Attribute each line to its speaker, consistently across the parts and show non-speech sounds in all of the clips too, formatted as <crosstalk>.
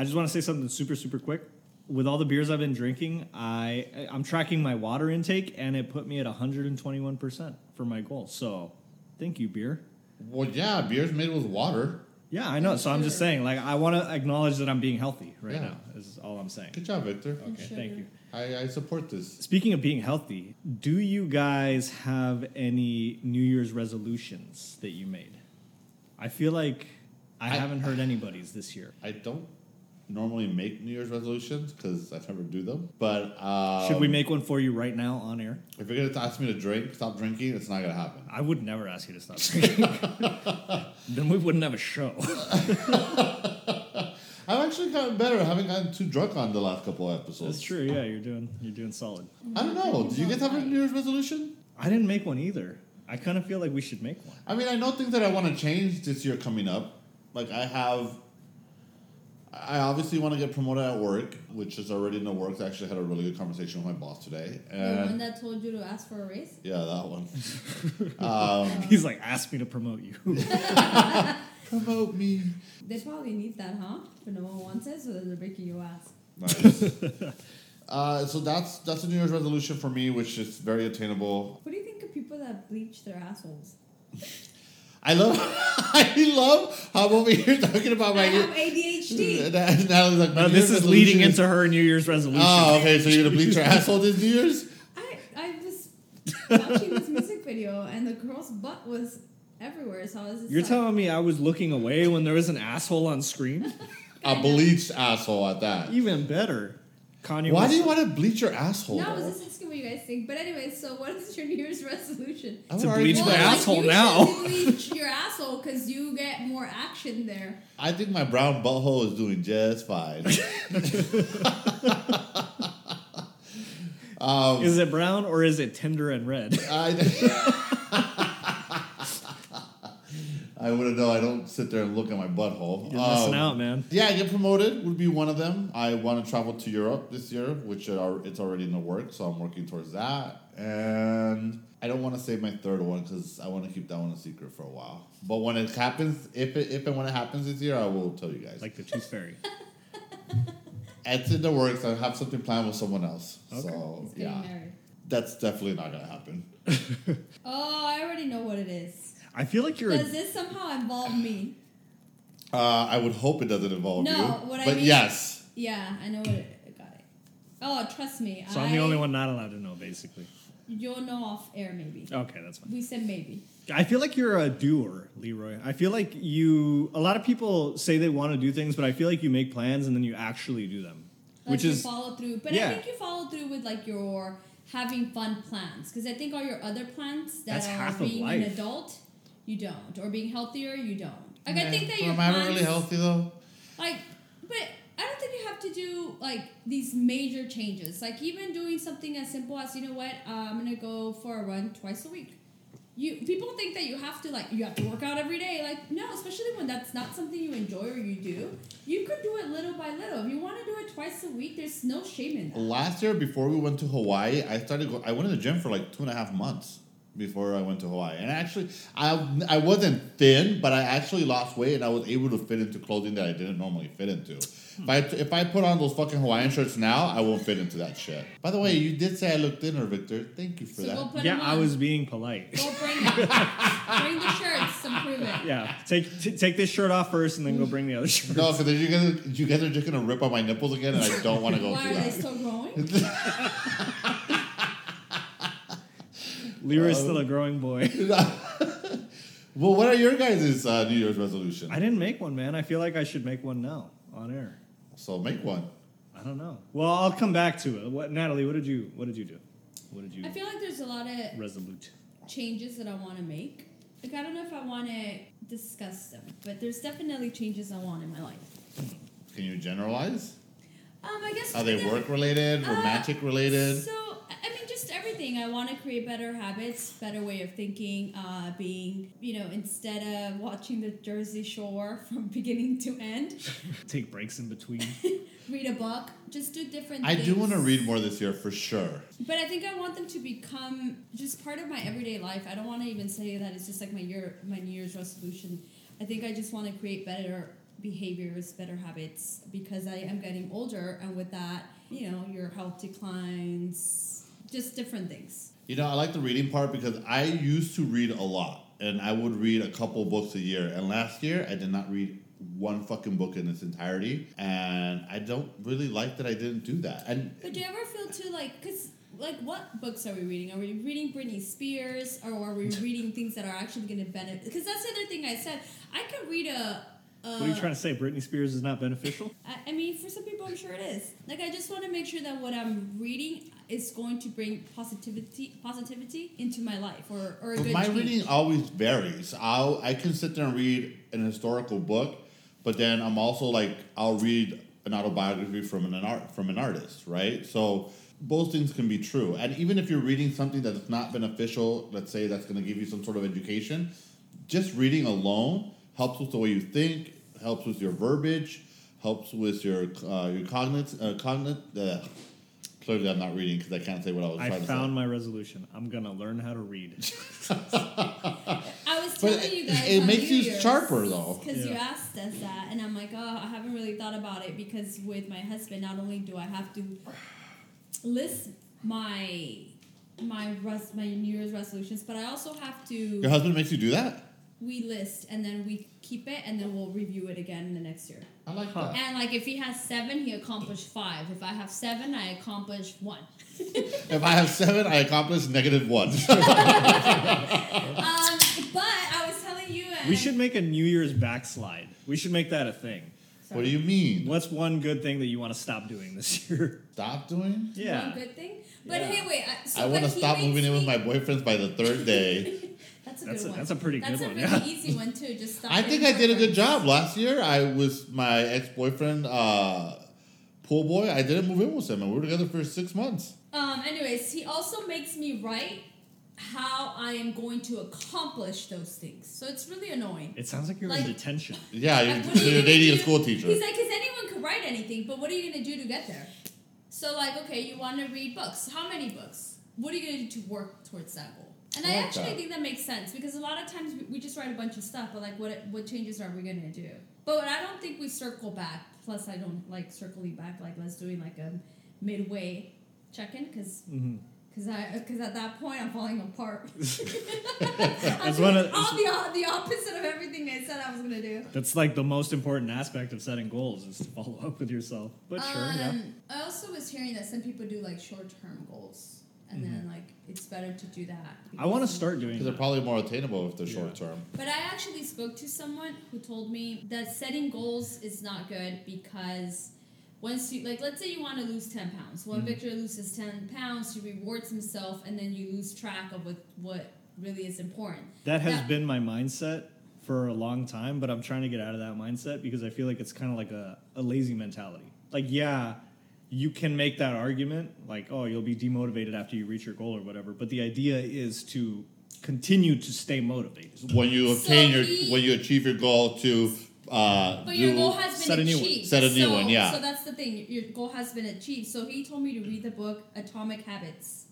Speaker 1: just want to say something super, super quick. With all the beers I've been drinking, I I- I'm tracking my water intake, and it put me at 121 percent for my goal. So, thank you, beer.
Speaker 2: Well, yeah, beer's made with water.
Speaker 1: Yeah, I know. So I'm just saying, like, I want to acknowledge that I'm being healthy right
Speaker 2: Yeah.
Speaker 1: now. Is all I'm saying.
Speaker 2: Good job, Victor.
Speaker 1: Okay, thank you.
Speaker 2: I, I support this.
Speaker 1: Speaking of being healthy, do you guys have any New Year's resolutions that you made? I feel like I,
Speaker 2: I-
Speaker 1: haven't heard anybody's this year.
Speaker 2: I don't normally make New Year's resolutions because I never do them. But um,
Speaker 1: Should we make one for you right now on air?
Speaker 2: If you're gonna ask me to drink, stop drinking. It's not gonna happen.
Speaker 1: I would never ask you to stop
Speaker 2: <laughs>
Speaker 1: drinking. then we wouldn't have a show.
Speaker 2: I've actually gotten better. I haven't gotten too drunk on the last couple of episodes.
Speaker 1: That's true. Yeah, you're doing you're doing solid.
Speaker 2: I don't know. Do you guys have a New Year's resolution?
Speaker 1: I didn't make one either. I kind of feel like we should make one.
Speaker 2: I mean, I know things that I want to change this year coming up. Like I have, I obviously want to get promoted at work, which is already in the works. I actually had a really good conversation with my boss today.
Speaker 3: The one
Speaker 2: And
Speaker 3: that told you to ask for a raise?
Speaker 2: yeah, that one. um,
Speaker 1: He's like, ask me to promote
Speaker 2: <laughs>
Speaker 1: you.
Speaker 2: promote me.
Speaker 3: They probably need that, huh? But no one wants it, so then they're making you ask.
Speaker 1: <laughs>
Speaker 2: Nice. uh, so that's that's a New Year's resolution for me, which is very attainable.
Speaker 3: What do you think of people that bleach their assholes?
Speaker 2: I love, <laughs> I love how I'm over <laughs> here talking about
Speaker 1: Oh
Speaker 3: I have
Speaker 1: <laughs>
Speaker 2: my.
Speaker 3: ADHD.
Speaker 2: And Natalie's like, my
Speaker 1: Uh,
Speaker 2: New
Speaker 1: this
Speaker 2: Year's
Speaker 1: is leading
Speaker 2: resolution is-
Speaker 1: into her New Year's resolution.
Speaker 2: Oh, okay. So you're gonna
Speaker 1: <laughs>
Speaker 2: bleach your asshole this New Year's?
Speaker 3: I, I was watching this music video and the girl's butt was everywhere, so I was just
Speaker 1: You're
Speaker 3: like,
Speaker 1: telling me I was looking away when there was an asshole on screen?
Speaker 2: A bleached asshole at that.
Speaker 1: Even better. Kanye
Speaker 2: Why
Speaker 1: West-
Speaker 2: do you want to bleach your asshole?
Speaker 3: No, I
Speaker 2: though?
Speaker 3: was just asking what you guys think. But anyway, so what is your New Year's resolution?
Speaker 2: I would
Speaker 1: To
Speaker 2: argue-
Speaker 1: bleach my
Speaker 3: like,
Speaker 1: asshole
Speaker 3: you
Speaker 1: now. <laughs>
Speaker 3: should Bleach your asshole because you get more action there.
Speaker 2: I think my brown butthole is doing just fine.
Speaker 1: <laughs>
Speaker 2: um,
Speaker 1: Is it brown or is it tender and red?
Speaker 2: I, <laughs> I wouldn't know. I don't sit there and look at my butthole.
Speaker 1: You're missing
Speaker 2: Um,
Speaker 1: out, man.
Speaker 2: Yeah, get promoted would be one of them. I want to travel to Europe this year, which are, it's already in the works, so I'm working towards that. And I don't want to say my third one because I want to keep that one a secret for a while. But when it happens, if it, if and when it happens this year, I will tell you guys.
Speaker 1: Like
Speaker 2: Like
Speaker 1: the tooth fairy.
Speaker 2: it's in the works. I have something planned with someone else. So
Speaker 1: Oh,
Speaker 3: He's getting
Speaker 2: yeah,
Speaker 3: married.
Speaker 2: that's definitely not gonna happen.
Speaker 3: Oh, I already know what it is.
Speaker 1: I feel like you're.
Speaker 3: Does this somehow involve me?
Speaker 2: Uh, I would hope it doesn't involve
Speaker 3: No,
Speaker 2: you.
Speaker 3: what I
Speaker 2: but
Speaker 3: mean-
Speaker 2: yes,
Speaker 3: Yeah, I know what it. I Got it. Oh, trust me.
Speaker 1: so
Speaker 3: I,
Speaker 1: I'm the only one not allowed to know, basically.
Speaker 3: You'll know off air, maybe.
Speaker 1: Okay, that's fine.
Speaker 3: We said maybe.
Speaker 1: I feel like you're a doer, Leroy. I feel like you. A lot of people say they want to do things, but I feel like you make plans and then you actually do them,
Speaker 3: Like
Speaker 1: which
Speaker 3: you
Speaker 1: is
Speaker 3: follow through, but
Speaker 1: yeah.
Speaker 3: I think you follow through with like your having fun plans because I think all your other plans that
Speaker 1: That's
Speaker 3: are
Speaker 1: half of
Speaker 3: being an
Speaker 1: life.
Speaker 3: adult, you don't, or being healthier, you don't. Like I
Speaker 2: Yeah.
Speaker 3: think that
Speaker 2: Well,
Speaker 3: your
Speaker 2: am I ever
Speaker 3: plans,
Speaker 2: really healthy though?
Speaker 3: like, but I don't think you have to do like these major changes. Like even doing something as simple as you know what, uh, I'm gonna go for a run twice a week. You people think that you have to like you have to work out every day. Like no, especially when that's not something you enjoy or you do. You could do it little by little. If you want to do it twice a week, there's no shame in that.
Speaker 2: Last year, before we went to Hawaii, I started. Go- I went to the gym for like two and a half months before I went to Hawaii, and actually, I I wasn't thin, but I actually lost weight, and I was able to fit into clothing that I didn't normally fit into. If I if I put on those fucking Hawaiian shirts now, I won't fit into that shit. By the way, you did say I look thinner, Victor. Thank you for
Speaker 3: So
Speaker 2: that.
Speaker 3: we'll put
Speaker 1: yeah.
Speaker 3: them
Speaker 1: I
Speaker 3: on.
Speaker 1: was being polite. <laughs>
Speaker 3: Go bring it. bring the shirts and prove it.
Speaker 1: yeah, take t- take this shirt off first and then go bring the other shirt. <laughs>
Speaker 2: no, because you guys, you guys are just gonna rip on my nipples again, and I don't want to go
Speaker 3: Why
Speaker 2: through
Speaker 3: are they
Speaker 2: that.
Speaker 3: still growing?
Speaker 1: Leroy's still a growing boy. <laughs>
Speaker 2: <laughs> Well, what are your guys' uh, New Year's resolution?
Speaker 1: I didn't make one, man. I feel like I should make one now on air.
Speaker 2: so make one.
Speaker 1: I don't know. Well, I'll come back to it. What, Natalie? What did you? What did you do? What did you?
Speaker 3: I feel like there's a lot of
Speaker 1: resolute. <laughs>
Speaker 3: changes that I want to make. Like I don't know if I want to discuss them, but there's definitely changes I want in my life.
Speaker 2: Can you generalize?
Speaker 3: Um, I guess
Speaker 2: Are they
Speaker 3: something that-
Speaker 2: work related,
Speaker 3: Uh,
Speaker 2: romantic related?
Speaker 3: So I I mean, just everything. I want to create better habits, better way of thinking. Uh, being you know, instead of watching the Jersey Shore <laughs> from beginning to end,
Speaker 1: Take breaks in
Speaker 3: <laughs>
Speaker 1: between.
Speaker 3: read a book. Just do different.
Speaker 2: I do
Speaker 3: things.
Speaker 2: want to read more this year for sure.
Speaker 3: But I think I want them to become just part of my everyday life. I don't want to even say that it's just like my year, my New Year's resolution. I think I just want to create better behaviors, better habits because I am getting older, and with that, you know, your health declines, just different things.
Speaker 2: You know, I like the reading part because I used to read a lot and I would read a couple books a year. And last year, I did not read one fucking book in its entirety. And I don't really like that I didn't do that. And
Speaker 3: But do you ever feel too like, because like, what books are we reading? Are we reading Britney Spears, or are we reading things that are actually going to benefit? Because that's the other thing I said. I could read a. a
Speaker 1: What are you trying to say? Britney Spears is not beneficial?
Speaker 3: I, I mean, for some people, I'm sure it is. Like, I just want to make sure that what I'm reading is going to bring positivity positivity into my life, or or a
Speaker 2: but
Speaker 3: good.
Speaker 2: my
Speaker 3: change.
Speaker 2: reading always varies. I'll, I can sit there and read an historical book, but then I'm also like, I'll read an autobiography from an, art, from an artist, right? So both things can be true. And even if you're reading something that's not beneficial, let's say that's going to give you some sort of education, just reading alone helps with the way you think, helps with your verbiage, helps with your uh, your cognit uh, cognit. Uh, clearly, I'm not reading because I can't say what I was
Speaker 1: I
Speaker 2: trying
Speaker 1: found
Speaker 2: to
Speaker 1: my
Speaker 2: say.
Speaker 1: resolution. I'm gonna learn how to read.
Speaker 3: I was
Speaker 2: But
Speaker 3: telling you
Speaker 2: it-
Speaker 3: guys.
Speaker 2: it
Speaker 3: on
Speaker 2: makes
Speaker 3: New
Speaker 2: you
Speaker 3: Year's,
Speaker 2: sharper, though.
Speaker 3: Because you
Speaker 1: Yeah.
Speaker 3: asked us that, and I'm like, oh, I haven't really thought about it because with my husband, not only do I have to list my my res- my New Year's resolutions, but I also have
Speaker 2: Your
Speaker 3: to
Speaker 2: husband makes you do that.
Speaker 3: we list and then we keep it and then we'll review it again the next year.
Speaker 2: I like
Speaker 1: Huh.
Speaker 2: that.
Speaker 3: And like if he has seven, he accomplished five. If I have seven, I accomplish one.
Speaker 2: If I have seven, I accomplish negative one. <laughs>
Speaker 3: Um, but I was telling you, uh, and
Speaker 1: we should make a New Year's backslide. We should make that a thing.
Speaker 2: what do you mean?
Speaker 1: What's one good thing that you want to stop doing this <laughs> year?
Speaker 2: Stop doing?
Speaker 1: Yeah.
Speaker 3: one good thing. But
Speaker 1: Yeah.
Speaker 3: hey, wait. I, so
Speaker 2: I want to
Speaker 3: but he
Speaker 2: stop
Speaker 3: makes
Speaker 2: moving in with
Speaker 3: me-
Speaker 2: my boyfriends by the third
Speaker 3: <laughs>
Speaker 2: day.
Speaker 3: That's a
Speaker 1: That's
Speaker 3: good
Speaker 1: a-
Speaker 3: one.
Speaker 1: that's a pretty good one,
Speaker 3: That's a really
Speaker 1: yeah.
Speaker 3: easy one too. Just stop.
Speaker 2: I think I did a good job last year. I was my ex boyfriend, uh, pool boy. I didn't move in with him, and we were together for six months.
Speaker 3: Um. Anyways, he also makes me write how I am going to accomplish those things. So it's really annoying.
Speaker 1: It sounds like you're
Speaker 3: Like-
Speaker 1: in detention.
Speaker 2: Yeah,
Speaker 3: Like,
Speaker 2: you,
Speaker 3: what are
Speaker 2: so
Speaker 3: you
Speaker 2: you're
Speaker 3: gonna
Speaker 2: dating a
Speaker 3: do?
Speaker 2: school teacher.
Speaker 3: He's like, because anyone could write anything, but what are you gonna do to get there? So like, okay, you want to read books. How many books? What are you gonna do to work towards that goal? And
Speaker 2: I
Speaker 3: I,
Speaker 2: like
Speaker 3: actually
Speaker 2: that.
Speaker 3: think that makes sense because a lot of times we, we just write a bunch of stuff, but like, what what changes are we gonna do? But I don't think we circle back. Plus, I don't like circling back. Like, let's doing like a midway check in because.
Speaker 1: Mhm.
Speaker 3: I, because at that point I'm falling
Speaker 1: <laughs>
Speaker 3: apart. <laughs> I'm
Speaker 1: That's one
Speaker 3: doing
Speaker 1: of-
Speaker 3: all the, the opposite of everything I said I was gonna do.
Speaker 1: That's like the most important aspect of setting goals is to follow up with yourself. But sure, yeah.
Speaker 3: Um, I also was hearing that some people do like short term goals, and then like it's better to do that.
Speaker 1: Mm-hmm. I want to
Speaker 3: because-
Speaker 1: start doing
Speaker 2: Because they're
Speaker 1: that.
Speaker 2: probably more attainable if they're
Speaker 1: Yeah.
Speaker 2: short term.
Speaker 3: But I actually spoke to someone who told me that setting goals is not good because once you like, let's say you want to lose ten pounds.
Speaker 1: Mm-hmm.
Speaker 3: Well, Victor loses ten pounds, he rewards himself, and then you lose track of what what really is important.
Speaker 1: That has
Speaker 3: Yeah.
Speaker 1: been my mindset for a long time, but I'm trying to get out of that mindset because I feel like it's kind of like a, a lazy mentality. Like, yeah, you can make that argument, like, oh, you'll be demotivated after you reach your goal or whatever. But the idea is to continue to stay motivated.
Speaker 2: When you
Speaker 3: So
Speaker 2: obtain your,
Speaker 3: he-
Speaker 2: when you achieve your goal to, uh, do,
Speaker 3: But your goal has been
Speaker 1: set a new one.
Speaker 3: achieved.
Speaker 2: Set a new
Speaker 3: so,
Speaker 2: one, yeah.
Speaker 3: So that's the thing. Your goal has been achieved. So he told me to read the book Atomic Habits.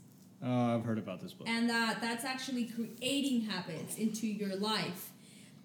Speaker 1: Uh, I've heard about this book.
Speaker 3: and that that's actually creating habits into your life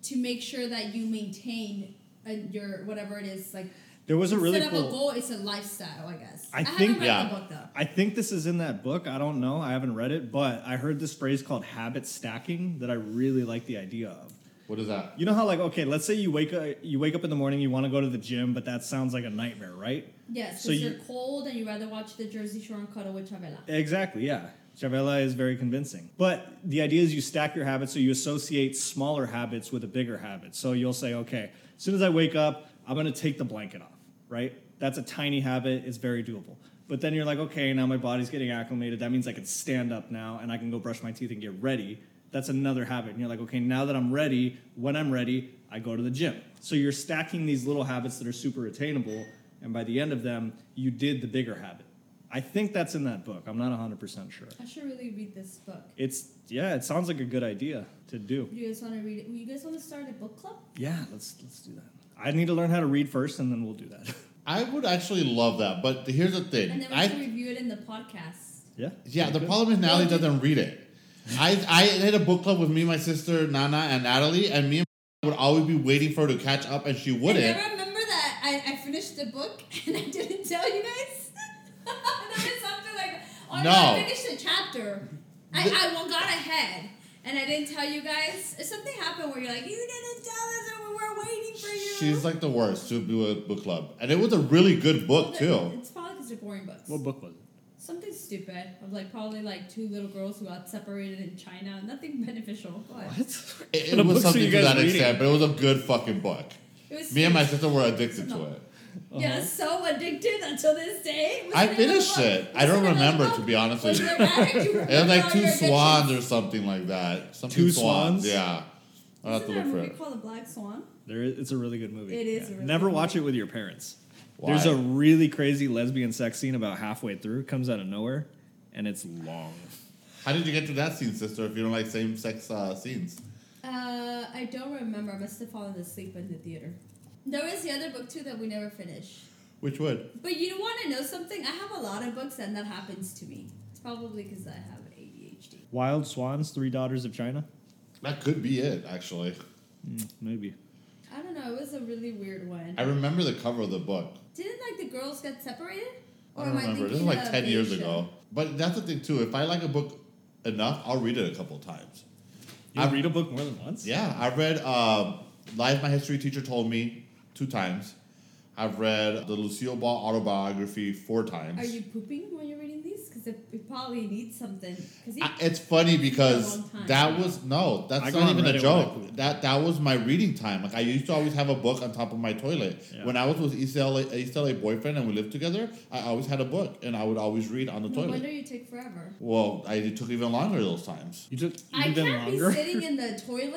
Speaker 3: to make sure that you maintain uh, your whatever it is like
Speaker 1: There was a really
Speaker 3: instead of a
Speaker 1: cool.
Speaker 3: goal it's a lifestyle i guess
Speaker 1: I
Speaker 3: haven't
Speaker 1: think-
Speaker 3: read
Speaker 2: Yeah.
Speaker 3: the book though
Speaker 1: I think this is in that book. I don't know. I haven't read it, but I heard this phrase called habit stacking that I really like the idea of.
Speaker 2: what is that?
Speaker 1: You know how like okay, let's say you wake up you wake up in the morning, you want to go to the gym, but that sounds like a nightmare, right?
Speaker 3: yes because
Speaker 1: So you-
Speaker 3: you're cold and you rather watch the jersey shore and cuddle with chavela
Speaker 1: Exactly, yeah. Chavela is very convincing. But the idea is you stack your habits so you associate smaller habits with a bigger habit. So you'll say, okay, as soon as I wake up, I'm gonna take the blanket off, right? That's a tiny habit, it's very doable. But then you're like, okay, now my body's getting acclimated. That means I can stand up now and I can go brush my teeth and get ready. That's another habit. And you're like, okay, now that I'm ready, when I'm ready, I go to the gym. So you're stacking these little habits that are super attainable. And by the end of them, you did the bigger habit. I think that's in that book. I'm not 100% sure.
Speaker 3: i should really read this book
Speaker 1: It's, yeah, it sounds like a good idea to do.
Speaker 3: you guys want to read it you guys want to start a book club
Speaker 1: Yeah, let's, let's do that. I need to learn how to read first and then we'll do that. <laughs>
Speaker 2: I would actually love that, but here's the thing.
Speaker 3: and then we
Speaker 2: I
Speaker 3: can review it in the podcast
Speaker 1: yeah?
Speaker 2: Yeah, the
Speaker 1: Good.
Speaker 2: problem is Natalie doesn't read it. I I had a book club with me, my sister Nana, and Natalie, and me and would always be waiting for her to catch up, and she
Speaker 3: And
Speaker 2: wouldn't.
Speaker 3: I remember that I, I finished the book <laughs> and I didn't tell you guys. <laughs> there was something like, oh,
Speaker 2: No.
Speaker 3: I finished a chapter. I,
Speaker 2: The-
Speaker 3: I well, got ahead and I didn't tell you guys. Something happened where you're like, you didn't tell us and we were waiting for you.
Speaker 2: She's like the worst to do a book club, and it was a really good book too.
Speaker 3: It's probably because they're boring books.
Speaker 1: What book was it?
Speaker 3: Something stupid of like probably like two little girls who got separated in China. Nothing <laughs> beneficial. But
Speaker 1: What?
Speaker 2: It,
Speaker 1: What
Speaker 2: it was
Speaker 1: books are
Speaker 2: something
Speaker 1: you
Speaker 2: to
Speaker 1: guys
Speaker 2: that
Speaker 1: reading?
Speaker 2: extent, but it was a good fucking book.
Speaker 3: It was
Speaker 2: Me and my sister were addicted
Speaker 3: No.
Speaker 2: to it.
Speaker 3: Yeah, so addicted until this day. Was
Speaker 2: I
Speaker 3: it another
Speaker 2: finished
Speaker 3: book?
Speaker 2: it.
Speaker 3: Was
Speaker 2: I don't
Speaker 3: another
Speaker 2: remember,
Speaker 3: book?
Speaker 2: to be honest
Speaker 3: Was
Speaker 2: with you.
Speaker 3: there attitude?
Speaker 2: It was like
Speaker 3: All
Speaker 2: two
Speaker 3: your addictions?
Speaker 2: swans or something like that. Something
Speaker 1: Two
Speaker 2: swans.
Speaker 1: swans?
Speaker 2: Yeah. I'll have to
Speaker 3: Isn't there
Speaker 2: look
Speaker 3: a
Speaker 2: for
Speaker 3: movie
Speaker 2: it.
Speaker 3: called The Black Swan?
Speaker 1: There is, it's a really good movie.
Speaker 3: It is a really
Speaker 1: Never
Speaker 3: good
Speaker 1: watch it with your parents.
Speaker 2: Why?
Speaker 1: There's a really crazy lesbian sex scene about halfway through. It comes out of nowhere, and it's long.
Speaker 2: How did you get to that scene, sister, if you don't like same sex uh, scenes?
Speaker 3: Uh, I don't remember. I must have fallen asleep in the theater. There was the other book too that we never finished.
Speaker 2: Which would?
Speaker 3: But you want to know something? I have a lot of books, and that happens to me. It's probably because I have ADHD.
Speaker 1: Wild Swans, Three Daughters of China? Hmm,
Speaker 2: That could be it, actually.
Speaker 1: Maybe.
Speaker 3: I don't know. It was a really weird one.
Speaker 2: I remember the cover of the book.
Speaker 3: Didn't like the girls get separated?
Speaker 2: I don't remember. This is like
Speaker 3: of
Speaker 2: 10 years
Speaker 3: Asia?
Speaker 2: ago. But that's the thing, too. If I like a book enough, I'll read it a couple times.
Speaker 1: You
Speaker 2: I've-
Speaker 1: read a book more than once?
Speaker 2: Yeah, I've read um Lies My History Teacher Told Me two times. I've read the Lucille Ball autobiography four times.
Speaker 3: Are you pooping when you're reading these? Because it, it probably needs something. Because
Speaker 2: I, it's funny because
Speaker 3: long time.
Speaker 2: that was no, that's
Speaker 1: I go
Speaker 2: not
Speaker 1: on
Speaker 2: even a
Speaker 1: Reddit when I
Speaker 2: joke.
Speaker 1: poop.
Speaker 2: That that was my reading time. Like I used to always have a book on top of my toilet.
Speaker 1: Yeah.
Speaker 2: When I was with East LA, East LA boyfriend and we lived together, I always had a book and I would always read on the
Speaker 3: no wonder
Speaker 2: toilet.
Speaker 3: you take forever.
Speaker 2: Well, I it took even longer those times.
Speaker 1: You took
Speaker 3: I
Speaker 1: even
Speaker 3: can't
Speaker 1: longer?
Speaker 3: be sitting in the toilet.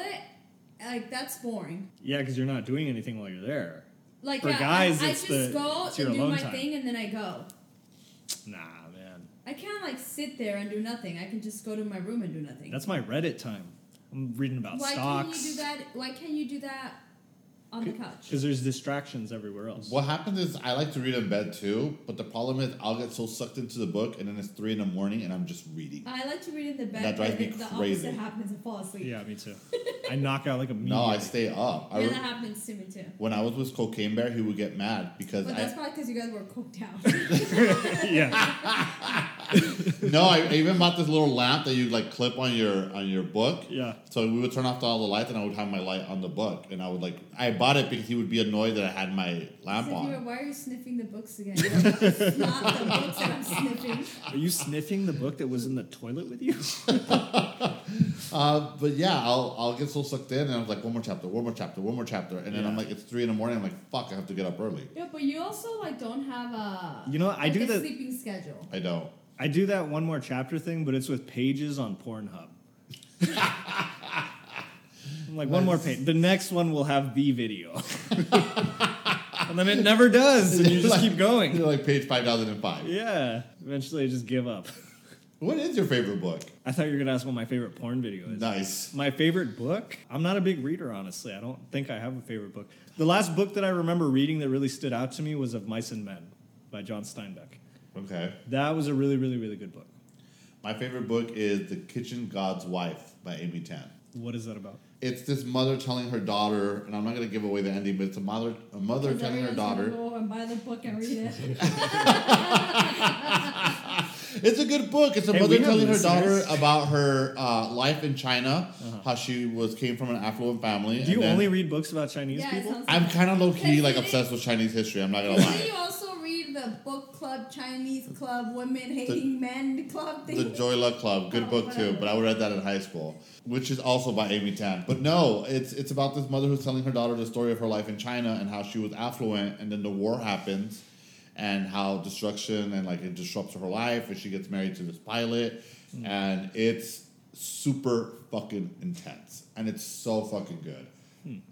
Speaker 3: Like that's boring.
Speaker 1: <laughs> yeah, because you're not doing anything while you're there.
Speaker 3: Like
Speaker 1: For
Speaker 3: yeah, I-
Speaker 1: guys,
Speaker 3: I,
Speaker 1: it's
Speaker 3: just
Speaker 1: the-
Speaker 3: go
Speaker 1: it's your
Speaker 3: and do
Speaker 1: alone
Speaker 3: my
Speaker 1: time.
Speaker 3: thing and then I go.
Speaker 1: Nah, man.
Speaker 3: I can't like sit there and do nothing. I can just go to my room and do nothing.
Speaker 1: That's my Reddit time. I'm reading about
Speaker 3: why
Speaker 1: stocks.
Speaker 3: can you do that? Why can't you do that on the couch?
Speaker 1: Because there's distractions everywhere else.
Speaker 2: What happens is I like to read in bed too, but the problem is I'll get so sucked into the book and then it's three in the morning and I'm just reading.
Speaker 3: I like to read in the bed.
Speaker 2: That drives
Speaker 3: and
Speaker 2: me
Speaker 3: the
Speaker 2: crazy.
Speaker 3: opposite happens. I fall asleep.
Speaker 1: Yeah, me too. I knock out like a
Speaker 2: No, I stay up. I
Speaker 3: Yeah,
Speaker 2: re-
Speaker 3: that happens to me too.
Speaker 2: when I was with Cocaine Bear, he would get mad because
Speaker 3: But
Speaker 2: I
Speaker 3: that's probably because you guys were coked
Speaker 1: <laughs>
Speaker 3: out.
Speaker 1: yeah.
Speaker 2: No, I, I even bought this little lamp that you like clip on your on your book.
Speaker 1: Yeah.
Speaker 2: So we would turn off all the lights, and I would have my light on the book, and I would like I bought it because he would be annoyed that I had my
Speaker 3: <laughs>
Speaker 2: lamp
Speaker 3: So you were,
Speaker 2: on.
Speaker 3: why are you sniffing the books again? <laughs> It's not the books that I'm sniffing.
Speaker 1: Are you sniffing the book that was in the toilet with you?
Speaker 2: Uh, but yeah, I'll I'll get so sucked in, and I was like one more chapter, one more chapter, one more chapter, and then I'm
Speaker 1: Yeah.
Speaker 2: like it's three in the morning. I'm like fuck, I have to get up early.
Speaker 3: Yeah, but you also like don't have a
Speaker 1: You know, I
Speaker 3: like
Speaker 1: do
Speaker 3: a
Speaker 1: the-
Speaker 3: sleeping schedule.
Speaker 2: I don't.
Speaker 1: I do that one more chapter thing, but it's with pages on Pornhub. I'm like, one more page. The next one will have the video. and <laughs> then it never does, and you just
Speaker 2: Like-
Speaker 1: keep going.
Speaker 2: You're <laughs> like page five thousand and five.
Speaker 1: Yeah. Eventually, I just give up.
Speaker 2: What is your favorite book?
Speaker 1: I thought you were going to ask what my favorite porn video is.
Speaker 2: Nice.
Speaker 1: My favorite book? I'm not a big reader, honestly. I don't think I have a favorite book. The last book that I remember reading that really stood out to me was Of Mice and Men by John Steinbeck.
Speaker 2: Okay.
Speaker 1: That was a really, really, really good book.
Speaker 2: My favorite book is The Kitchen God's Wife by Amy Tan.
Speaker 1: What is that about?
Speaker 2: it's this mother telling her daughter, and I'm not gonna give away the ending, but it's a mother, a mother
Speaker 3: 'Cause
Speaker 2: telling her
Speaker 3: everyone's
Speaker 2: daughter.
Speaker 3: gonna Go and buy the book and read it.
Speaker 2: It's a good book. It's a
Speaker 1: Hey, we
Speaker 2: mother
Speaker 1: have
Speaker 2: telling her daughter
Speaker 1: listeners. Uh-huh.
Speaker 2: about her uh, life in China, how she was came from an affluent family.
Speaker 1: Do you
Speaker 2: and then-
Speaker 1: only read books about Chinese
Speaker 3: yeah, it
Speaker 1: people?
Speaker 3: sounds.
Speaker 2: I'm kind of low key like
Speaker 3: Isn't it-
Speaker 2: obsessed with Chinese history. I'm not gonna
Speaker 3: Did you
Speaker 2: lie.
Speaker 3: also read the book club, Chinese club, women hating men club thing?
Speaker 2: The Joy Luck Club, good
Speaker 3: Oh,
Speaker 2: book too,
Speaker 3: whatever.
Speaker 2: but I would read that in high school, which is also by Amy Tan. But no, it's it's about this mother who's telling her daughter the story of her life in China and how she was affluent, and then the war happens, and how destruction and like it disrupts her life, and she gets married to this pilot, and it's super fucking intense, and it's so fucking good.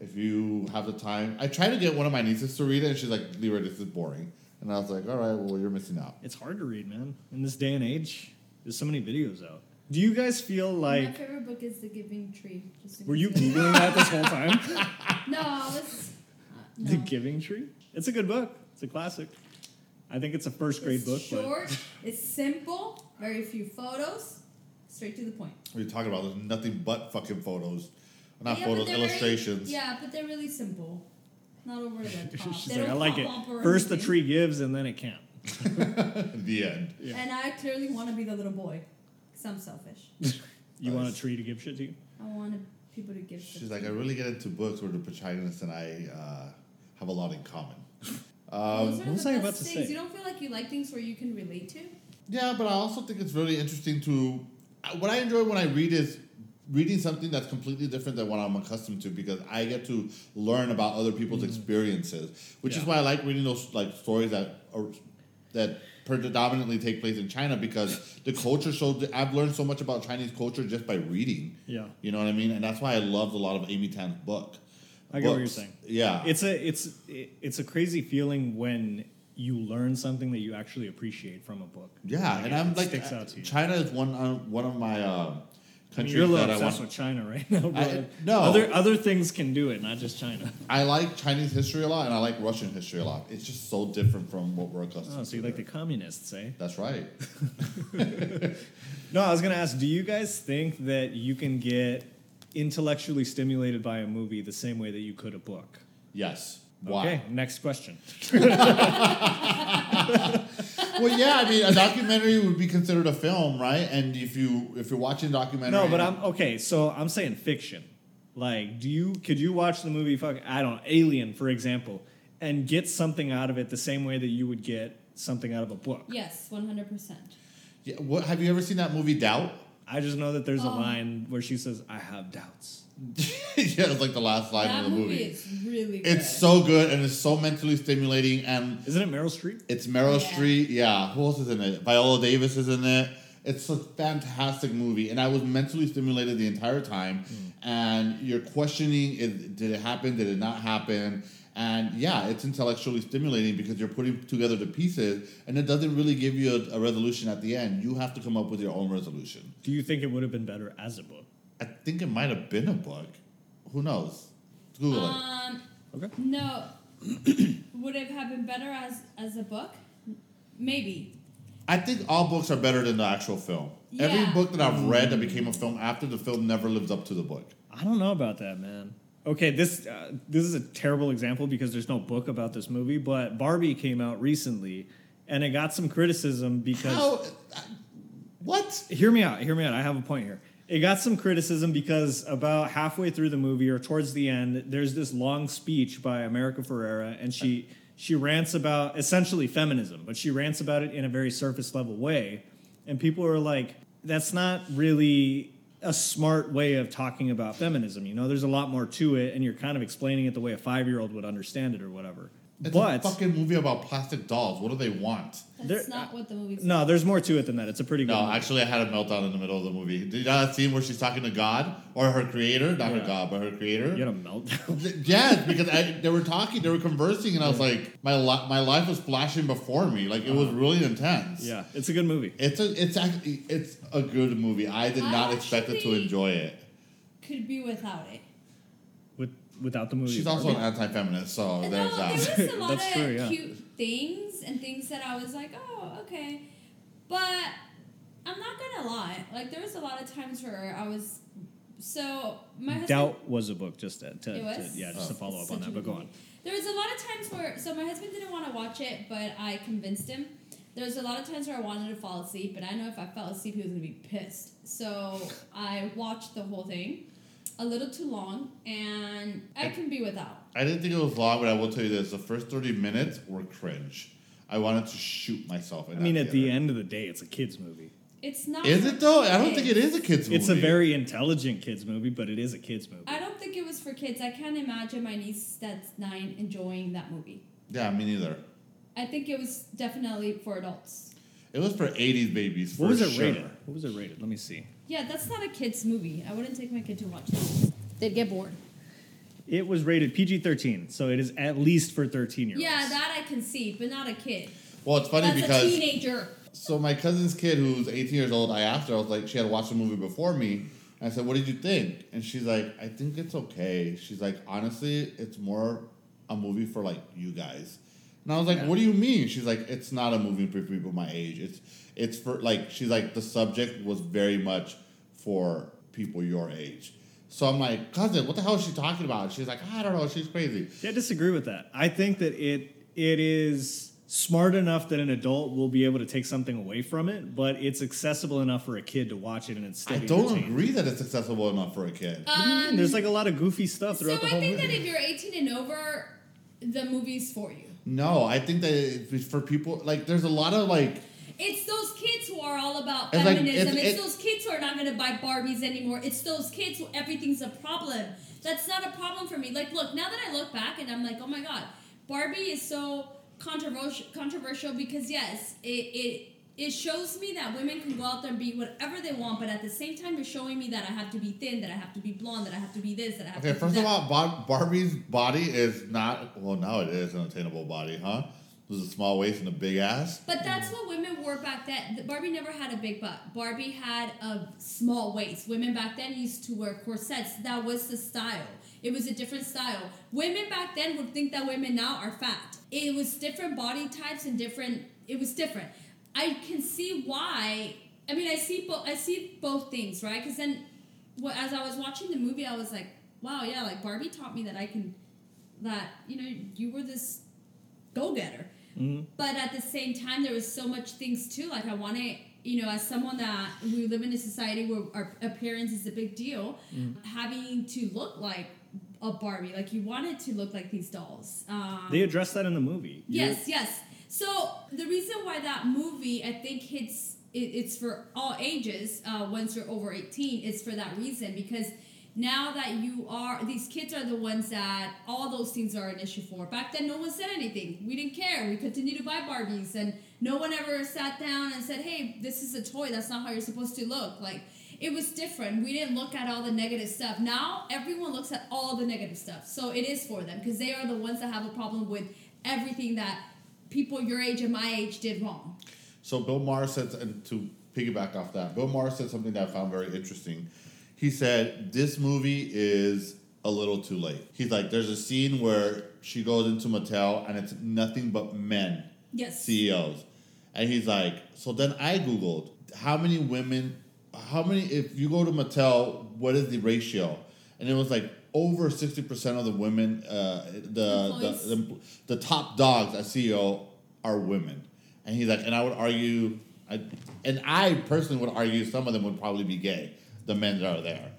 Speaker 2: If you have the time, I tried to get one of my nieces to read it, and she's like, "Leroy, this is boring," and I was like, "All right, well, you're missing out."
Speaker 1: It's hard to read, man. In this day and age, there's so many videos out. Do you guys feel
Speaker 3: My
Speaker 1: like
Speaker 3: favorite book is The Giving Tree. Just in
Speaker 1: were you
Speaker 3: case
Speaker 1: googling that this whole time? <laughs>
Speaker 3: No, I was. Uh, no.
Speaker 1: The Giving Tree. It's a good book. It's a classic. I think it's a first grade
Speaker 3: it's
Speaker 1: book. but-
Speaker 3: Short. it's simple. Very few photos. Straight to the point.
Speaker 2: What are you talking about? There's nothing but fucking photos. Not
Speaker 3: Yeah, but
Speaker 2: photos,
Speaker 3: they're very-
Speaker 2: illustrations.
Speaker 3: yeah, but they're really simple. Not over the
Speaker 1: <laughs>
Speaker 3: top.
Speaker 1: She's
Speaker 3: They
Speaker 1: like,
Speaker 3: don't
Speaker 1: I like
Speaker 3: pop
Speaker 1: it.
Speaker 3: up or
Speaker 1: First the
Speaker 3: anything.
Speaker 1: tree gives, and then it can't.
Speaker 2: <laughs> The end.
Speaker 1: Yeah.
Speaker 3: And I clearly want to be the little boy because I'm selfish.
Speaker 1: You want a
Speaker 2: Nice.
Speaker 1: tree to give shit to you?
Speaker 3: I want people to give.
Speaker 2: She's like, I really get into books where the protagonist and I uh, have a lot in
Speaker 3: <laughs>
Speaker 2: common. Um,
Speaker 3: Those are
Speaker 1: what was
Speaker 3: the
Speaker 1: I
Speaker 3: best
Speaker 1: about to
Speaker 3: things.
Speaker 1: say?
Speaker 3: You don't feel like you like things where you can relate to.
Speaker 2: yeah, but I also think it's really interesting to. I- What I enjoy when I read is reading something that's completely different than what I'm accustomed to because I get to learn about other people's experiences, which is
Speaker 1: Mm-hmm. Yeah.
Speaker 2: why I like reading those like stories that are that predominantly take place in China because the culture. So di- I've learned so much about Chinese culture just by reading.
Speaker 1: Yeah.
Speaker 2: You know what I mean, and that's why I loved a lot of Amy Tan's book.
Speaker 1: I get what you're
Speaker 2: books.
Speaker 1: saying.
Speaker 2: Yeah,
Speaker 1: It's a it's it- it's a crazy feeling when you learn something that you actually appreciate from a book.
Speaker 2: Yeah, and I'm
Speaker 1: it
Speaker 2: like,
Speaker 1: sticks out to you.
Speaker 2: China is one um, one of my um,
Speaker 1: I mean,
Speaker 2: countries
Speaker 1: you're a little
Speaker 2: that I
Speaker 1: obsessed
Speaker 2: want.
Speaker 1: with China right <laughs> now. Bro.
Speaker 2: I- no.
Speaker 1: other other things can do it, not just China. <laughs>
Speaker 2: I like Chinese history a lot, and I like Russian history a lot. It's just so different from what we're accustomed.
Speaker 1: Oh, so you
Speaker 2: to
Speaker 1: like the
Speaker 2: here.
Speaker 1: communists, eh?
Speaker 2: That's
Speaker 1: <laughs>
Speaker 2: right.
Speaker 1: No, I was gonna ask. Do you guys think that you can get intellectually stimulated by a movie the same way that you could a book?
Speaker 2: Yes. Why?
Speaker 1: Okay, next question.
Speaker 2: Well, yeah. I mean, a documentary would be considered a film, right? And if you if you're watching a documentary,
Speaker 1: No, but I'm okay. So I'm saying fiction. Like, do you could you watch the movie? Fuck, I don't know, Alien, for example, and get something out of it the same way that you would get something out of a book.
Speaker 3: Yes, one hundred percent.
Speaker 2: Yeah, what, have you ever seen that movie Doubt? <laughs>
Speaker 1: I just know that there's a
Speaker 3: Oh.
Speaker 1: line where she says, "I have doubts."
Speaker 2: yeah, it's like the last line
Speaker 3: That
Speaker 2: of the movie.
Speaker 3: movie is really. Good.
Speaker 2: It's so good and it's so mentally stimulating and
Speaker 1: Isn't it Meryl Streep?
Speaker 2: It's Meryl
Speaker 3: Yeah.
Speaker 2: Street, Streep. Yeah, who else is in it? Viola Davis is in it. It's a fantastic movie, and I was mentally stimulated the entire time. And you're questioning: is, Did it happen? Did it not happen? And yeah, it's intellectually stimulating because you're putting together the pieces, and it doesn't really give you a, a resolution at the end. You have to come up with your own resolution.
Speaker 1: Do you think it would have been better as a book?
Speaker 2: I think it might have been a book. Who knows? Google it.
Speaker 3: Um,
Speaker 1: Okay.
Speaker 3: no. <coughs> Would it have been better as as a book? Maybe.
Speaker 2: I think all books are better than the actual film. Every
Speaker 3: Yeah.
Speaker 2: book that I've read that became a film after the film never lived up to the book.
Speaker 1: I don't know about that, man. Okay, this uh, this is a terrible example because there's no book about this movie, but Barbie came out recently, and it got some criticism because.
Speaker 2: How? What?
Speaker 1: hear me out. Hear me out. I have a point here. It got some criticism because about halfway through the movie or towards the end, there's this long speech by America Ferrera, and she she rants about essentially feminism, but she rants about it in a very surface level way, and people are like, "That's not really a smart way of talking about feminism." You know, there's a lot more to it, and you're kind of explaining it the way a five year old would understand it or whatever.
Speaker 2: It's
Speaker 1: but
Speaker 2: a fucking movie about plastic dolls. What do they want?
Speaker 3: That's
Speaker 1: There- uh,
Speaker 3: not what the movie's.
Speaker 1: no, there's more to it than that. It's a pretty good.
Speaker 2: No,
Speaker 1: movie.
Speaker 2: actually, I had a meltdown in the middle of the movie. Did you know that scene where she's talking to God or her creator? Not
Speaker 1: Yeah.
Speaker 2: her God, but her creator.
Speaker 1: you had a meltdown. <laughs>
Speaker 2: Th- Yes, because I, they were talking, they were conversing, and I was like, my li- my life was flashing before me. Like it was really intense.
Speaker 1: Uh-huh. yeah, it's a good movie.
Speaker 2: It's a it's actually it's a good movie. I did
Speaker 3: I
Speaker 2: not expect it to
Speaker 3: actually-
Speaker 2: enjoy it.
Speaker 3: Could be without it.
Speaker 1: With, without the movie,
Speaker 2: She's also
Speaker 1: Barbie.
Speaker 2: an anti-feminist, so
Speaker 3: And
Speaker 2: there's
Speaker 3: no,
Speaker 2: that. <laughs>
Speaker 1: <laughs>
Speaker 3: there was a lot
Speaker 1: That's
Speaker 3: of
Speaker 1: true, yeah.
Speaker 3: cute things and things that I was like, oh, okay. But I'm not gonna lie. Like there was a lot of times where I was so my husband
Speaker 1: Doubt was a book, just to, to,
Speaker 3: It was?
Speaker 1: to- yeah, just to
Speaker 2: Oh.
Speaker 1: follow up on
Speaker 3: Such
Speaker 1: that.
Speaker 3: a
Speaker 1: But
Speaker 3: good
Speaker 1: go
Speaker 3: movie.
Speaker 1: on.
Speaker 3: There was a lot of times where, so my husband didn't want to watch it, but I convinced him. There was a lot of times where I wanted to fall asleep, but I know if I fell asleep, he was gonna be pissed. So I watched the whole thing, a little too long, and I can be without.
Speaker 2: I didn't think it was long, but I will tell you this: the first thirty minutes were cringe. I wanted to shoot myself. In
Speaker 1: I
Speaker 2: that
Speaker 1: mean, at the
Speaker 2: theater.
Speaker 1: end of the day, it's a kids movie.
Speaker 3: It's not.
Speaker 2: is
Speaker 3: for
Speaker 2: it though? I don't think it is
Speaker 3: kids.
Speaker 2: a kids movie.
Speaker 1: It's a very intelligent kids movie, but it is a kids movie.
Speaker 3: I don't think it was for kids. I can't imagine my niece that's nine enjoying that movie.
Speaker 2: yeah, me neither.
Speaker 3: I think it was definitely for adults.
Speaker 2: It was for '80s babies. For
Speaker 1: What was it
Speaker 2: sure.
Speaker 1: rated? What was it rated? Let me see.
Speaker 3: Yeah, that's not a kids movie. I wouldn't take my kid to watch that. They'd get bored.
Speaker 1: It was rated PG thirteen, so it is at least for thirteen year olds.
Speaker 3: Yeah, that I can see, but not a kid.
Speaker 2: Well, it's funny
Speaker 3: That's a
Speaker 2: because
Speaker 3: teenager.
Speaker 2: so my cousin's kid, who's 18 years old, I asked her. I was like, she had watched the movie before me. And I said, "What did you think?" And she's like, "I think it's okay." She's like, "Honestly, it's more a movie for like you guys." And I was like,
Speaker 1: Yeah.
Speaker 2: "What do you mean?" She's like, "It's not a movie for people my age. It's it's for like she's like the subject was very much for people your age." So I'm like, cousin, what the hell is she talking about? She's like, I don't know, she's crazy.
Speaker 1: Yeah, I disagree with that. I think that it it is smart enough that an adult will be able to take something away from it, but it's accessible enough for a kid to watch it and it's still
Speaker 2: I
Speaker 1: be
Speaker 2: don't
Speaker 1: entertaining.
Speaker 2: agree that it's accessible enough for a kid.
Speaker 1: What do you mean?
Speaker 3: Um,
Speaker 1: There's like a lot of goofy stuff
Speaker 3: so I
Speaker 1: throughout the whole
Speaker 3: think that
Speaker 1: movie.
Speaker 3: if you're 18 and over, the movie's for you.
Speaker 2: No, I think that it's for people like there's a lot of like
Speaker 3: It's those kids who are all about
Speaker 2: It's like-
Speaker 3: feminism.
Speaker 2: it's-
Speaker 3: it's,
Speaker 2: it-
Speaker 3: those kids who are not going to buy Barbies anymore. It's those kids who everything's a problem. That's not a problem for me. Like, look, now that I look back and I'm like, oh my god, Barbie is so controversial. Controversial because yes, it it it shows me that women can go out there and be whatever they want, but at the same time, you're showing me that I have to be thin, that I have to be blonde, that I have to be this, that I have
Speaker 2: okay,
Speaker 3: to.
Speaker 2: first
Speaker 3: be
Speaker 2: of
Speaker 3: that.
Speaker 2: all, Bar- Barbie's body is not well now it is an attainable body, huh? There's a small waist and a big ass.
Speaker 3: But that's what women wore back then. The- Barbie never had a big butt. Barbie had a small waist. Women back then used to wear corsets. That was the style. It was a different style. Women back then would think that women now are fat. It was different body types and different. It was different. I can see why. I mean, I see both. I see both things, right? Because then, wh- as I was watching the movie, I was like, "Wow, yeah, like Barbie taught me that I can." That you know, you were this go getter. But at the same time, there was so much things too. Like I want to, you know, as someone that we live in a society where our appearance is a big deal, having to look like a Barbie, like you wanted to look like these dolls. Um,
Speaker 1: They address that in the movie. You-
Speaker 3: Yes, yes. So the reason why that movie, I think, hits it, it's for all ages. Uh, once you're over eighteen, it's for that reason because now that you are, these kids are the ones that all those things are an issue for. Back then, no one said anything. We didn't care. We continued to buy Barbies, and no one ever sat down and said, "Hey, this is a toy. That's not how you're supposed to look." Like. It was different. We didn't look at all the negative stuff. Now everyone looks at all the negative stuff. So it is for them because they are the ones that have a problem with everything that people your age and my age did wrong.
Speaker 2: So Bill Maher said, and to piggyback off that, Bill Maher said something that I found very interesting. He said this movie is a little too late. He's like, there's a scene where she goes into Mattel and it's nothing but men
Speaker 3: Yes.
Speaker 2: CEOs, E and he's like, so then I googled how many women, how many if you go to Mattel, what is the ratio? And it was like over sixty percent of the women, uh, the,
Speaker 3: Employees.
Speaker 2: the the the top dogs at CEO are women, and he's like, and I would argue, I, and I personally would argue some of them would probably be gay, the men that are there.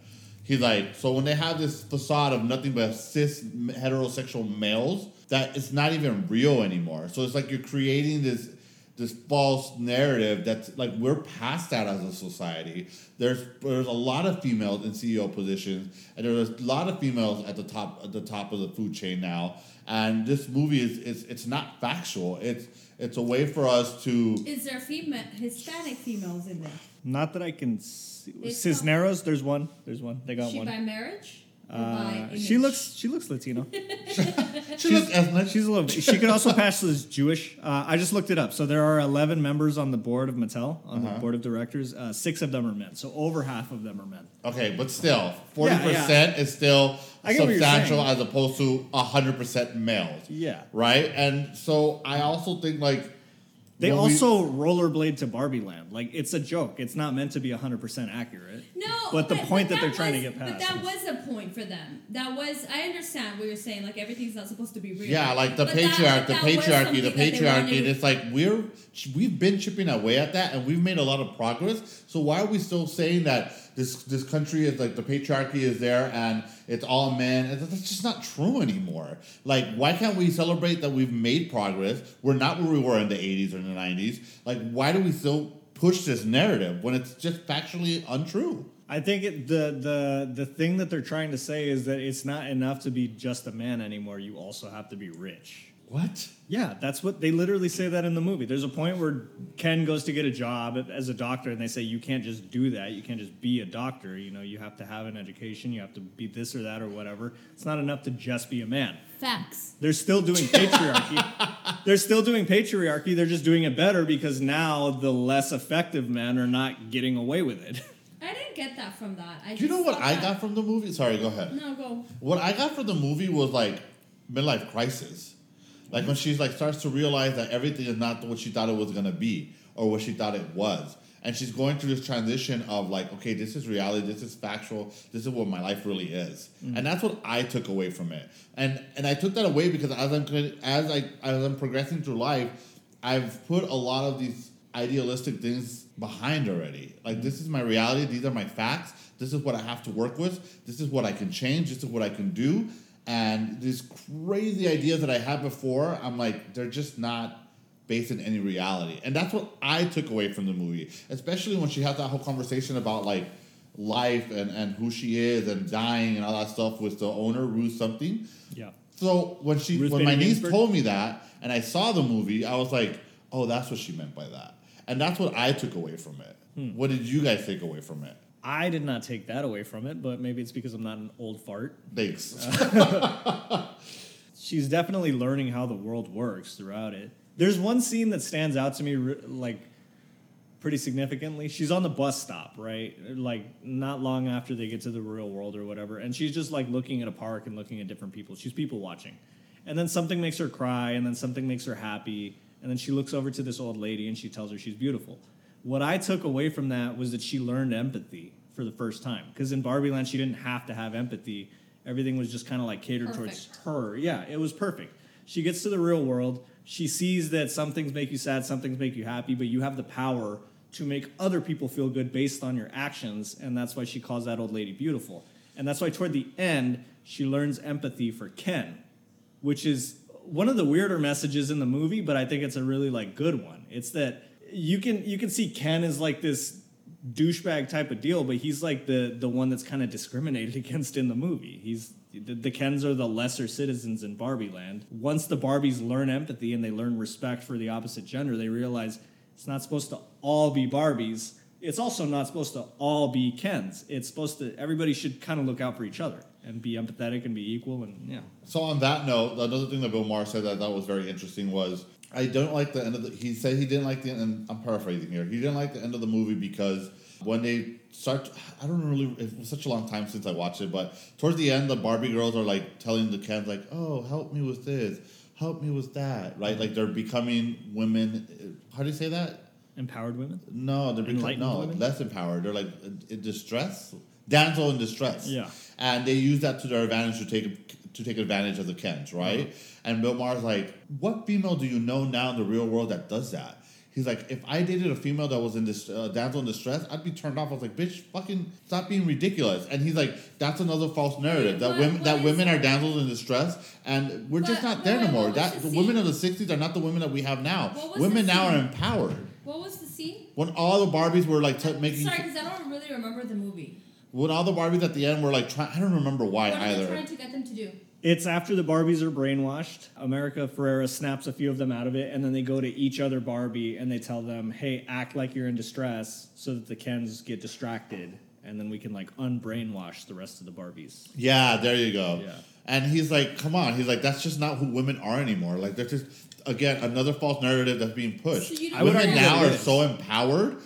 Speaker 2: He's like, so when they have this facade of nothing but cis heterosexual males, that it's not even real anymore. So it's like you're creating this this false narrative that's like we're past that as a society. There's there's a lot of females in CEO positions, and there's a lot of females at the top at the top of the food chain now. And this movie is it's it's not factual. It's it's a way for us to
Speaker 3: Is there female Hispanic females in there?
Speaker 1: Not that I can see.
Speaker 3: It's
Speaker 1: Cisneros, there's one. There's one. They got
Speaker 3: she by
Speaker 1: one.
Speaker 3: marriage? Or by
Speaker 1: Uh,
Speaker 3: image?
Speaker 1: she looks she looks Latino.
Speaker 2: she looks ethnic.
Speaker 1: She's a little. She could also pass as Jewish. Uh, I just looked it up. So there are 11 members on the board of Mattel, on the board of directors. Uh, six of them are men. So over half of them are men.
Speaker 2: Okay, but still, forty
Speaker 1: Yeah,
Speaker 2: percent
Speaker 1: yeah.
Speaker 2: is still
Speaker 1: I get what you're saying.
Speaker 2: substantial as opposed to hundred percent males.
Speaker 1: Yeah.
Speaker 2: Right, and so I also think like
Speaker 1: They
Speaker 2: when we-
Speaker 1: also rollerblade to Barbie Land. Like it's a joke. It's not meant to be 100% accurate.
Speaker 3: No,
Speaker 1: But the point that they're trying to
Speaker 3: was-
Speaker 1: get past
Speaker 3: But that
Speaker 1: is-
Speaker 3: was a point for them. That was I understand what you're saying. Like everything's not supposed to be real.
Speaker 2: Yeah, like the
Speaker 3: But that-
Speaker 2: patriarch, the
Speaker 3: that was
Speaker 2: patriarchy, the
Speaker 3: something that they
Speaker 2: patriarchy. And
Speaker 3: wanted-
Speaker 2: it's like we're we've been chipping away at that, and we've made a lot of progress. So why are we still saying that this this country is like the patriarchy is there and it's all men? It's- That's just not true anymore. Like, why can't we celebrate that we've made progress? We're not where we were in the '80s or the '90s. Like, why do we still push this narrative when it's just factually untrue?
Speaker 1: I think it, the the the thing that they're trying to say is that it's not enough to be just a man anymore. You also have to be rich.
Speaker 2: What?
Speaker 1: Yeah, that's what they literally say that in the movie. There's a point where Ken goes to get a job as a doctor, and they say you can't just do that. You can't just be a doctor. You know, you have to have an education. You have to be this or that or whatever. It's not enough to just be a man.
Speaker 3: facts.
Speaker 1: They're still doing <laughs> patriarchy. They're still doing patriarchy. They're just doing it better because now the less effective men are not getting away with it.
Speaker 3: I didn't get that from that. I
Speaker 2: Do you know
Speaker 3: just
Speaker 2: what
Speaker 3: saw
Speaker 2: I
Speaker 3: that.
Speaker 2: got from the movie? Sorry, go ahead.
Speaker 3: No, go.
Speaker 2: What I got from the movie was like midlife crisis, like when she's like starts to realize that everything is not what she thought it was gonna be or what she thought it was, and she's going through this transition of like, okay, this is reality, this is factual, this is what my life really is, and that's what I took away from it, and and I took that away because as I'm cre- as I as I'm progressing through life, I've put a lot of these idealistic things behind already. Like this is my reality, these are my facts, this is what I have to work with, this is what I can change, this is what I can do. And these crazy ideas that I had before, I'm like, they're just not based in any reality. And that's what I took away from the movie. Especially when she had that whole conversation about like life and, and who she is and dying and all that stuff with the owner, Ruth something.
Speaker 1: Yeah.
Speaker 2: So when she
Speaker 1: Ruth
Speaker 2: when my
Speaker 1: Bader
Speaker 2: niece
Speaker 1: Ginsburg?
Speaker 2: told me that and I saw the movie, I was like, oh, that's what she meant by that, and that's what I took away from it.
Speaker 1: Hmm.
Speaker 2: What did you guys take away from it?
Speaker 1: I did not take that away from it, but maybe it's because I'm not an old fart.
Speaker 2: Thanks.
Speaker 1: Uh, she's definitely learning how the world works throughout it. There's one scene that stands out to me re- like pretty significantly. She's on the bus stop, right? Like not long after they get to the real world or whatever, and she's just like looking at a park and looking at different people. She's people watching. And then something makes her cry, and then something makes her happy, and then she looks over to this old lady and she tells her she's beautiful. What I took away from that was that she learned empathy for the first time. Because in Barbie Land, she didn't have to have empathy. Everything was just kind of like catered towards
Speaker 3: Perfect.
Speaker 1: her. Yeah, it was perfect. She gets to the real world. She sees that some things make you sad, some things make you happy, but you have the power to make other people feel good based on your actions. And that's why she calls that old lady beautiful. And that's why toward the end, she learns empathy for Ken, which is one of the weirder messages in the movie, but I think it's a really like good one. It's that you can you can see Ken is like this douchebag type of deal, but he's like the the one that's kind of discriminated <laughs> against in the movie. He's the, the Kens are the lesser citizens in Barbie Land. Once the Barbies learn empathy and they learn respect for the opposite gender, they realize it's not supposed to all be Barbies. It's also not supposed to all be Kens. It's supposed to everybody should kind of look out for each other and be empathetic and be equal and yeah.
Speaker 2: so on that note, another thing that Bill Maher said that I thought was very interesting was I don't like the end of the. He said he didn't like the end. And I'm paraphrasing here. He didn't like the end of the movie because when they start, I don't really. It was such a long time since I watched it, but towards the end, the Barbie girls are like telling the Kens like, "Oh, help me with this." Help me with that, right? Like they're becoming women. How do you say that?
Speaker 1: Empowered women?
Speaker 2: No, they're become,
Speaker 1: Enlightened
Speaker 2: no
Speaker 1: women?
Speaker 2: less empowered. They're like uh, in distress, damsel in distress.
Speaker 1: Yeah.
Speaker 2: and they use that to their advantage to take to take advantage of the Kens, right?
Speaker 1: Uh-huh.
Speaker 2: And Bill Maher's like, what female do you know now in the real world that does that? He's like, if I dated a female that was in this uh, damsel in distress, I'd be turned off. I was like, bitch, fucking stop being ridiculous. And he's like, that's another false narrative that
Speaker 3: what-
Speaker 2: women
Speaker 3: what
Speaker 2: that
Speaker 3: is
Speaker 2: women
Speaker 3: that?
Speaker 2: are damsels in distress, and we're just
Speaker 3: But-
Speaker 2: not there
Speaker 3: but
Speaker 2: no more.
Speaker 3: what was
Speaker 2: That
Speaker 3: the
Speaker 2: the women
Speaker 3: scene?
Speaker 2: of the '60s are not the women that we have now.
Speaker 3: What was the
Speaker 2: Women now are
Speaker 3: scene?
Speaker 2: empowered
Speaker 3: What was the scene?
Speaker 2: when all the Barbies were like t- making,
Speaker 3: Sorry, because I don't really remember the movie.
Speaker 2: when all the Barbies at the end were like trying, I don't remember why
Speaker 3: What are they
Speaker 2: either.
Speaker 3: trying to get them to do?
Speaker 1: It's after the Barbies are brainwashed. America Ferrera snaps a few of them out of it, and then they go to each other Barbie and they tell them, hey, act like you're in distress so that the Kens get distracted, and then we can like unbrainwash the rest of the Barbies.
Speaker 2: Yeah, there you go.
Speaker 1: Yeah.
Speaker 2: And he's like, come on, he's like, that's just not who women are anymore. Like, they're just again another false narrative that's being pushed.
Speaker 3: So you don't I would
Speaker 2: women
Speaker 3: argue
Speaker 2: now
Speaker 1: that
Speaker 2: are
Speaker 1: it is.
Speaker 2: so empowered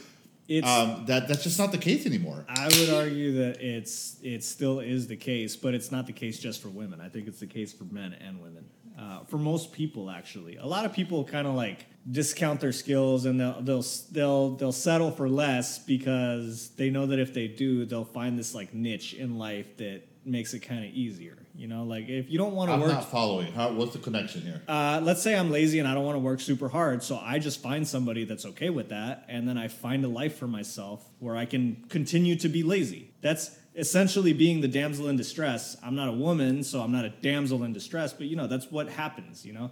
Speaker 1: It's,
Speaker 2: um, that that's just not the case anymore.
Speaker 1: I would argue that it's it still is the case, but it's not the case just for women. I think it's the case for men and women. Uh, for most people, actually, a lot of people kind of like discount their skills and they'll they'll they'll they'll settle for less because they know that if they do, they'll find this like niche in life that makes it kind of easier. You know, like if you don't want to
Speaker 2: I'm
Speaker 1: work
Speaker 2: not following. How, what's the connection here?
Speaker 1: uh, let's say I'm lazy and I don't want to work super hard, so I just find somebody that's okay with that, and then I find a life for myself where I can continue to be lazy. That's essentially being the damsel in distress. I'm not a woman, so I'm not a damsel in distress, but you know that's what happens. You know,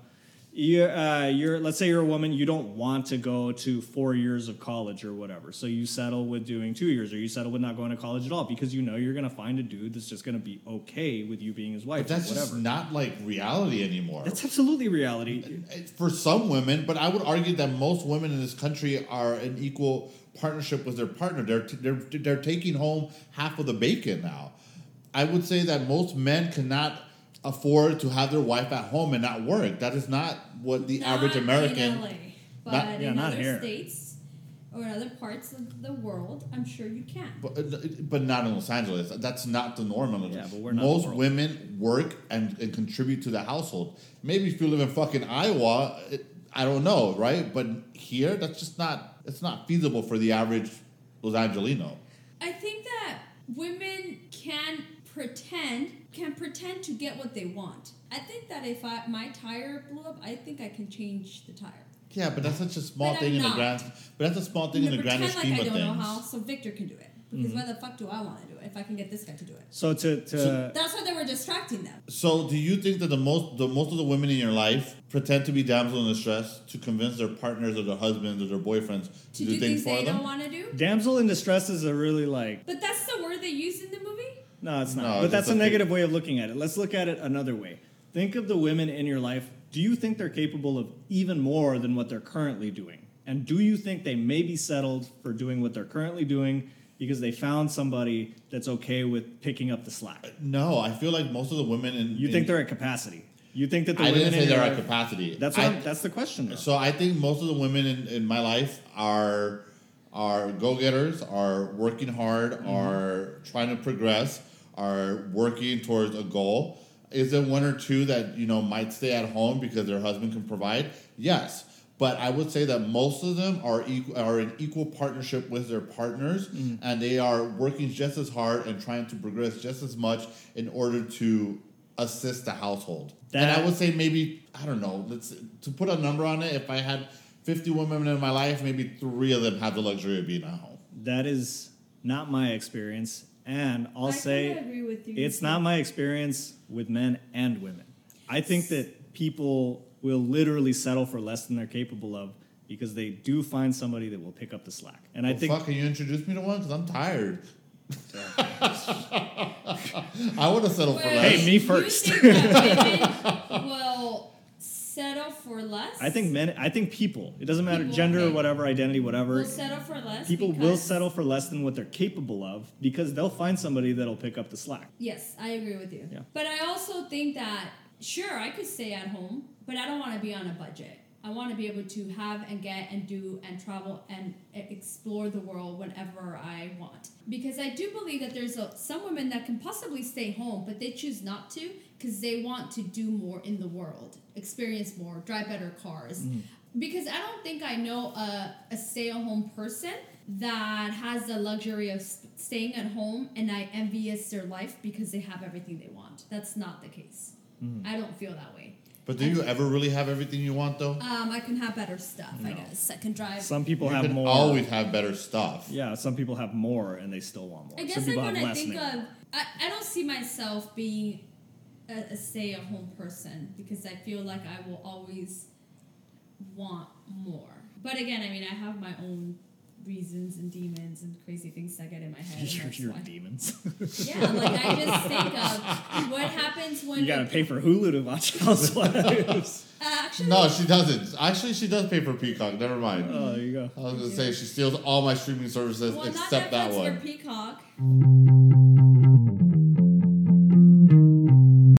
Speaker 1: you're, uh, you're let's say you're a woman, you don't want to go to four years of college or whatever, so you settle with doing two years, or you settle with not going to college at all because you know you're gonna find a dude that's just gonna be okay with you being his wife.
Speaker 2: But that's
Speaker 1: or whatever.
Speaker 2: just not like reality anymore.
Speaker 1: that's absolutely reality.
Speaker 2: for some women, but I would argue that most women in this country are in equal partnership with their partner. They're they're they're taking home half of the bacon now. I would say that most men cannot afford to have their wife at home and not work. That is not what the average
Speaker 3: Not
Speaker 2: American.
Speaker 3: in LA, but
Speaker 2: Not-
Speaker 3: in
Speaker 1: yeah, not
Speaker 3: other
Speaker 1: here.
Speaker 3: states or in other parts of the world, I'm sure you can.
Speaker 2: But, but not in Los Angeles. That's not the norm. in Los-
Speaker 1: Yeah, but we're not
Speaker 2: Most
Speaker 1: the world.
Speaker 2: women work and, and contribute to the household. Maybe if you live in fucking Iowa, it, I don't know, right? But here, that's just not it's not feasible for the average Los Angelino.
Speaker 3: I think that women can pretend can pretend to get what they want. I think that if I, my tire blew up, I think I can change the tire.
Speaker 2: Yeah, but that's such a small
Speaker 3: But
Speaker 2: thing
Speaker 3: I'm
Speaker 2: in the
Speaker 3: not.
Speaker 2: grand. But that's a small thing in
Speaker 3: I'm
Speaker 2: the
Speaker 3: gonna
Speaker 2: grander
Speaker 3: pretend
Speaker 2: scheme
Speaker 3: like I
Speaker 2: of
Speaker 3: don't know
Speaker 2: things. Mm-hmm.
Speaker 3: how, so Victor can do it. Because why the fuck do I want to do it if I can get this guy to do it?
Speaker 1: So to, to
Speaker 2: So-
Speaker 3: That's why they were distracting them.
Speaker 2: So, do you think that the most, the most of the women in your life pretend to be damsel in distress to convince their partners or their husbands or their boyfriends to,
Speaker 3: To do things
Speaker 2: things for
Speaker 3: they
Speaker 2: them?
Speaker 3: don't want to do.
Speaker 1: damsel in distress is a really like
Speaker 3: But that's the word they use in the movie.
Speaker 1: No, it's not.
Speaker 2: No,
Speaker 1: but
Speaker 2: it's
Speaker 1: that's
Speaker 2: just
Speaker 1: a
Speaker 2: a thing.
Speaker 1: negative way of looking at it. Let's look at it another way. Think of the women in your life. Do you think they're capable of even more than what they're currently doing? And do you think they may be settled for doing what they're currently doing because they found somebody that's okay with picking up the slack?
Speaker 2: no, I feel like most of the women in
Speaker 1: You
Speaker 2: in-
Speaker 1: think they're at capacity? You think that the
Speaker 2: I
Speaker 1: women
Speaker 2: didn't say
Speaker 1: in
Speaker 2: they're
Speaker 1: your
Speaker 2: at
Speaker 1: life-
Speaker 2: capacity.
Speaker 1: That's
Speaker 2: I-
Speaker 1: what I'm, that's the question. Though.
Speaker 2: So I think most of the women in, in my life are are go getters, are working hard,
Speaker 1: Mm-hmm.
Speaker 2: are trying to progress, are working towards a goal. Is there one or two that you know might stay at home because their husband can provide? Yes. But I would say that most of them are equal, are in equal partnership with their partners,
Speaker 1: Mm-hmm.
Speaker 2: and they are working just as hard and trying to progress just as much in order to assist the household. and I
Speaker 1: That-
Speaker 2: would say maybe I don't know. Let's to put a number on it. If I had fifty women in my life, maybe three of them have the luxury of being at home.
Speaker 1: that is not my experience, and I'll
Speaker 3: I
Speaker 1: say
Speaker 3: kinda agree with you.
Speaker 1: It's not my experience with men and women. I think that people will literally settle for less than they're capable of because they do find somebody that will pick up the slack. And I
Speaker 2: Well,
Speaker 1: think
Speaker 2: fuck, can you introduce me to one? Because I'm tired. <laughs> I would have settled for
Speaker 3: Well,
Speaker 2: less.
Speaker 1: Hey, me
Speaker 3: you
Speaker 1: first. <laughs>
Speaker 3: think that women will settle for less.
Speaker 1: I think men I think people, it doesn't matter
Speaker 3: People,
Speaker 1: gender or
Speaker 3: okay.
Speaker 1: whatever, identity, whatever.
Speaker 3: will settle for less.
Speaker 1: People will
Speaker 3: because-
Speaker 1: settle for less than what they're capable of because they'll find somebody that'll pick up the slack.
Speaker 3: Yes, I agree with you.
Speaker 1: Yeah.
Speaker 3: But I also think that sure I could stay at home, but I don't want to be on a budget. I want to be able to have and get and do and travel and e- explore the world whenever I want. Because I do believe that there's a, some women that can possibly stay home, but they choose not to because they want to do more in the world, experience more, drive better cars. Because I don't think I know a, a stay at home person that has the luxury of s- staying at home and I envious their life because they have everything they want. That's not the case.
Speaker 1: Hmm.
Speaker 3: I don't feel that way.
Speaker 2: But do you ever really have everything you want though?
Speaker 3: Um, I can have better stuff, I
Speaker 1: No.
Speaker 3: guess. I can drive.
Speaker 1: Some people
Speaker 2: You
Speaker 1: have
Speaker 2: can
Speaker 1: more.
Speaker 2: always have better stuff.
Speaker 1: Yeah, some people have more and they still want more.
Speaker 3: I
Speaker 1: some
Speaker 3: guess like
Speaker 1: people
Speaker 3: when
Speaker 1: have
Speaker 3: I
Speaker 1: less.
Speaker 3: think
Speaker 1: and they want
Speaker 3: of, I, I don't see myself being a, a stay at home person because I feel like I will always want more. But again, I mean, I have my own reasons and demons and crazy things that get in my head.
Speaker 1: more.
Speaker 3: and
Speaker 1: <laughs> <laughs>
Speaker 3: that's
Speaker 1: You're
Speaker 3: why.
Speaker 1: demons.
Speaker 3: Yeah, like I just think of what happens
Speaker 1: <laughs>
Speaker 3: when
Speaker 1: you gotta pay for Hulu to watch <laughs> Housewives.
Speaker 3: <laughs> Uh, actually
Speaker 2: No, she doesn't. Actually, she does pay for Peacock. Never mind.
Speaker 1: oh, there you go.
Speaker 2: I was gonna say she steals all my streaming services
Speaker 3: well, not
Speaker 2: except that
Speaker 3: Netflix or
Speaker 2: one.
Speaker 3: Peacock.